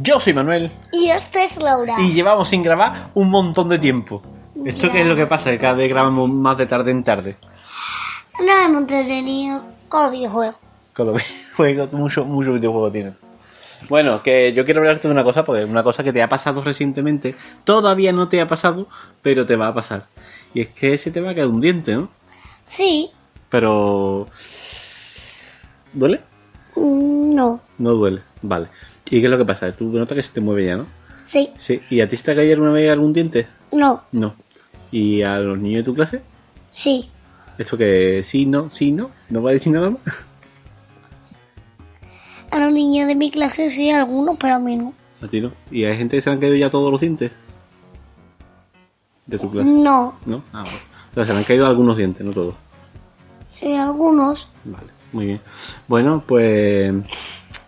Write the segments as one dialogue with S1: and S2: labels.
S1: Yo soy Manuel
S2: Y esta es Laura.
S1: y llevamos sin grabar un montón de tiempo. ¿Esto
S2: Ya.
S1: qué es lo que pasa? Que cada vez grabamos más de tarde en tarde.
S2: Nos hemos entretenido con los videojuegos.
S1: Con lo que juego, mucho, mucho videojuego tiene. Bueno, que yo quiero hablarte de una cosa, porque es una cosa que te ha pasado recientemente, todavía no te ha pasado, pero te va a pasar. Y es que se te va a quedar un diente, ¿no?
S2: Sí.
S1: Pero... ¿Duele?
S2: Mm, No.
S1: No duele, vale. ¿Y qué es lo que pasa? Tú notas que se te mueve ya, ¿no?
S2: Sí.
S1: Sí. ¿Y a ti se te ha caído alguna vez algún diente?
S2: No.
S1: No. ¿Y a los niños de tu clase?
S2: Sí.
S1: Esto que sí, no, sí, no, no va a decir nada más.
S2: A los niños de mi clase sí, algunos, pero a mí no.
S1: A ti no. Y hay gente que se le han caído ya todos los dientes. De tu clase.
S2: No.
S1: ¿No? Ah, bueno. O sea, se le han caído algunos dientes, no todos.
S2: Sí, algunos.
S1: Vale, muy bien. Bueno, pues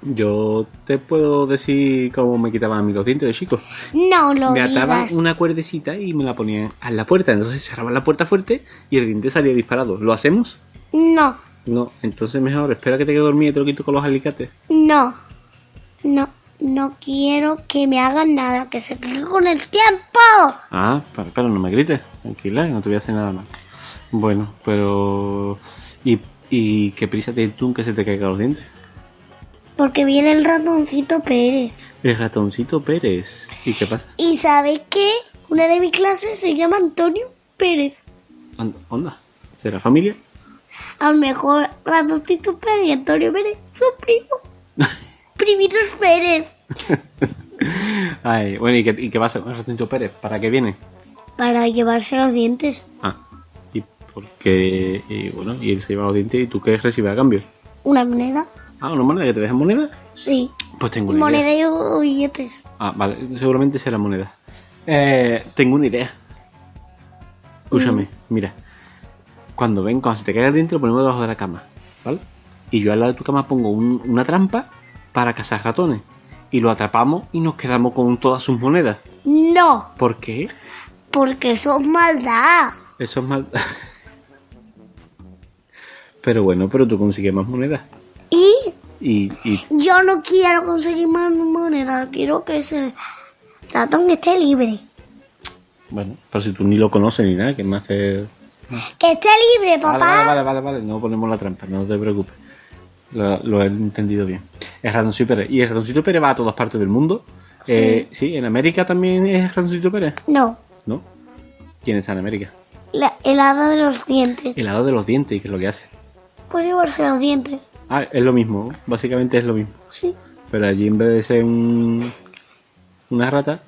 S1: yo te puedo decir cómo me quitaban a mí los dientes de chicos.
S2: No lo
S1: me ataban
S2: digas.
S1: una cuerdecita y me la ponían a la puerta. Entonces cerraban la puerta fuerte y el diente salía disparado. ¿Lo hacemos?
S2: No.
S1: No. Entonces mejor, espera que te quede dormido y te lo quito con los alicates.
S2: No. No. No quiero que me hagan nada, que se quede con el tiempo.
S1: Ah, pero, pero no me grites, tranquila, que no te voy a hacer nada mal. Bueno, pero... ¿Y, y qué prisa tienes tú en que se te caigan los dientes?
S2: Porque viene el ratoncito Pérez.
S1: El ratoncito Pérez. ¿Y qué pasa?
S2: ¿Y sabes qué? Una de mi clase se llama Antonio Pérez.
S1: On- ¿Onda? ¿Será familia?
S2: A lo mejor Ratoncito Pérez y Antonio Pérez son primos. Primitos Pérez.
S1: Ay, bueno, ¿y qué, y qué pasa con el ratoncito Pérez? ¿Para qué viene?
S2: Para llevarse los dientes.
S1: Ah, y porque... Y bueno, y él se lleva los dientes y tú qué recibes a cambio.
S2: Una moneda.
S1: Ah, una moneda que te dejan moneda.
S2: Sí.
S1: Pues tengo una idea.
S2: Moneda y o- billetes.
S1: Ah, vale, seguramente será moneda. Eh, tengo una idea. Escúchame, mira. Cuando ven, cuando se te caiga el diente, lo ponemos debajo de la cama, ¿vale? Y yo al lado de tu cama pongo un- una trampa para cazar ratones. Y lo atrapamos y nos quedamos con todas sus monedas.
S2: No,
S1: ¿Por qué?
S2: porque son maldad.
S1: Eso es mal. pero bueno, pero tú consigues más monedas.
S2: Y
S1: Y, y
S2: yo no quiero conseguir más moneda. Quiero que ese ratón esté libre.
S1: bueno, pero si tú ni lo conoces ni nada, que más te.
S2: Que esté libre, papá.
S1: Vale, vale, vale, vale, vale, no ponemos la trampa, no te preocupes. Lo, lo he entendido bien. El ratoncito Pérez. Y el ratoncito Pérez va a todas partes del mundo.
S2: Sí.
S1: Eh, sí, en América también es el ratoncito Pérez,
S2: No,
S1: ¿no? ¿Quién está en América?
S2: la, el hada de los dientes.
S1: El hada de los dientes, ¿y qué es lo que hace?
S2: Pues llevarse los dientes.
S1: Ah, es lo mismo, básicamente es lo mismo.
S2: Sí,
S1: Pero allí en vez de ser un, una rata,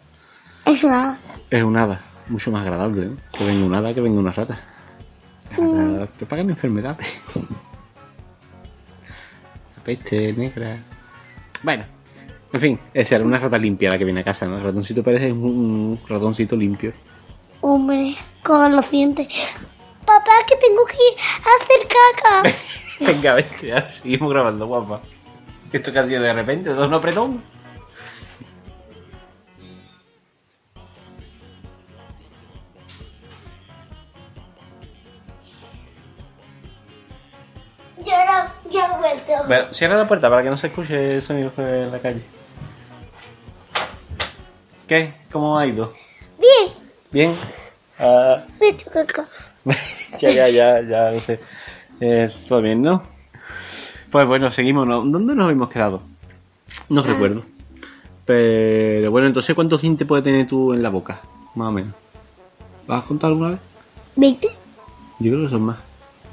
S2: es una
S1: es un hada. Mucho más agradable, ¿no? Que venga un hada que venga una rata. Las ratas Te pagan enfermedades. La peste negra. Bueno, en fin, esa era una rata limpia la que viene a casa, ¿no? El ratoncito parece un- un ratoncito limpio.
S2: Hombre, con los dientes. Papá, que tengo que ir a hacer caca.
S1: Venga, vente, ya, seguimos grabando, guapa. Esto que ha sido de repente, dos no apretón.
S2: Yo ahora ya he vuelto.
S1: Bueno, cierra la puerta para que no se escuche el sonido de la calle. ¿Qué? ¿Cómo ha ido?
S2: Bien,
S1: ¿Bien? Ah,
S2: me he hecho caca.
S1: ya, ya, ya, ya, no sé. Eh, todo bien, ¿no? Pues bueno, seguimos. ¿no? ¿Dónde nos hemos quedado? No recuerdo. Pero bueno, entonces, ¿cuántos dientes puede tener tú en la boca? Más o menos. ¿Vas a contar alguna vez?
S2: ¿20?
S1: Yo creo que son más.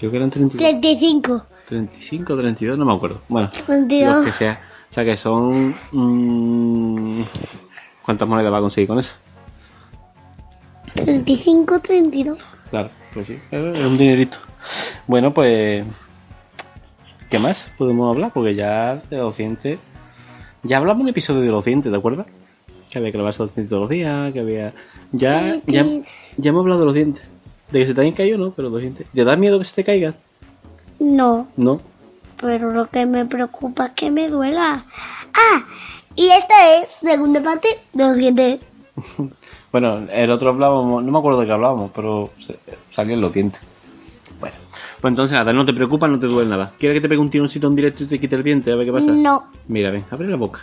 S1: Yo creo que eran 32,
S2: 35.
S1: 35, 32, no me acuerdo. Bueno, los
S2: 32.
S1: que sea. O sea que son. mm, ¿Cuántas monedas va a conseguir con eso?
S2: 35, 32.
S1: Claro, pues sí, es un dinerito. Bueno, pues. ¿Qué más podemos hablar? Porque ya de los dientes. Ya hablamos un episodio de los dientes, ¿te acuerdas? Que había que lavarse los dientes todos los días, que había. Ya,
S2: Sí,
S1: ya,
S2: sí.
S1: ya hemos hablado de los dientes. De que se te hayan caído, no, pero los dientes. ¿Te da miedo que se te caigan?
S2: No,
S1: No.
S2: pero lo que me preocupa es que me duela. Ah, y esta es segunda parte de los dientes.
S1: Bueno, el otro hablábamos, no me acuerdo de qué hablábamos, pero se- salían los dientes. Bueno, pues entonces nada, no te preocupes, no te duele nada. ¿Quieres que te pegue un tironcito en directo y te quite el diente? A ver qué pasa.
S2: No,
S1: Mira, ven, abre la boca.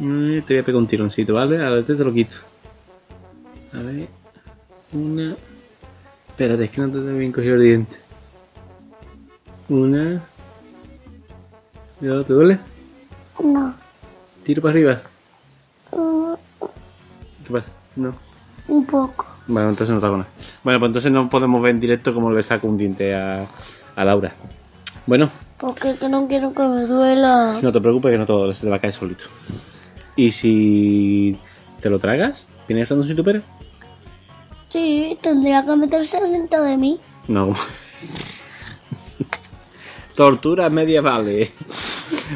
S1: Eh, te voy a pegar un tironcito, ¿vale? A ver, te lo quito. A ver. Una. Espérate, es que no te tengo bien cogido el diente. Una. Cuidado, ¿Te duele?
S2: No.
S1: Tiro para arriba.
S2: Mm,
S1: ¿Qué pasa? No.
S2: un poco.
S1: Bueno, entonces no te hago nada. Bueno, pues entonces no podemos ver en directo cómo le saco un diente a, a Laura. Bueno,
S2: Porque es que no quiero que me duela.
S1: no te preocupes que no todo se te va a caer solito. Y si te lo tragas, ¿vienes rando si tú pera?
S2: Sí, tendría que meterse dentro de mí.
S1: No. Torturas medievales.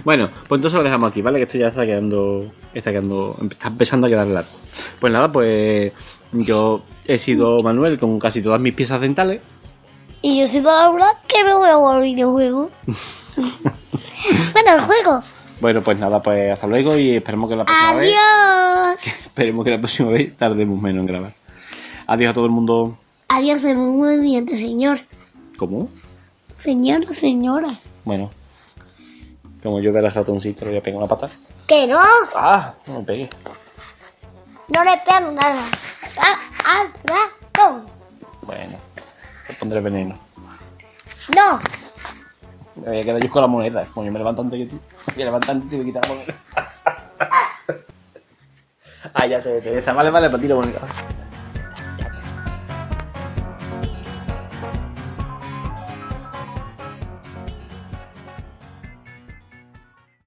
S1: Bueno, pues entonces lo dejamos aquí, ¿vale? Que esto ya está quedando. Está quedando. Está empezando a quedar largo. Pues nada, pues. Yo he sido Manuel con casi todas mis piezas dentales.
S2: Y yo soy Laura que me voy a al videojuego. bueno, el juego.
S1: Bueno, pues nada, pues hasta luego y esperemos que la próxima vez.
S2: Adiós.
S1: Esperemos que la próxima vez tardemos menos en grabar. Adiós a todo el mundo.
S2: Adiós, ser muy bien, señor.
S1: ¿Cómo?
S2: Señor o señora.
S1: Bueno. Como yo de las ratoncitos le voy a pegar una pata.
S2: Que no,
S1: ¡Ah! No me pegué.
S2: no le pego nada. Ah, A- Al ratón.
S1: Bueno. Le pondré veneno.
S2: No.
S1: Me voy a quedar yo con la moneda. Como yo me levanto antes que tú. Me voy a levantar antes y te voy a quitar la moneda. ah, ya te, te, está. Vale, vale, para ti la moneda.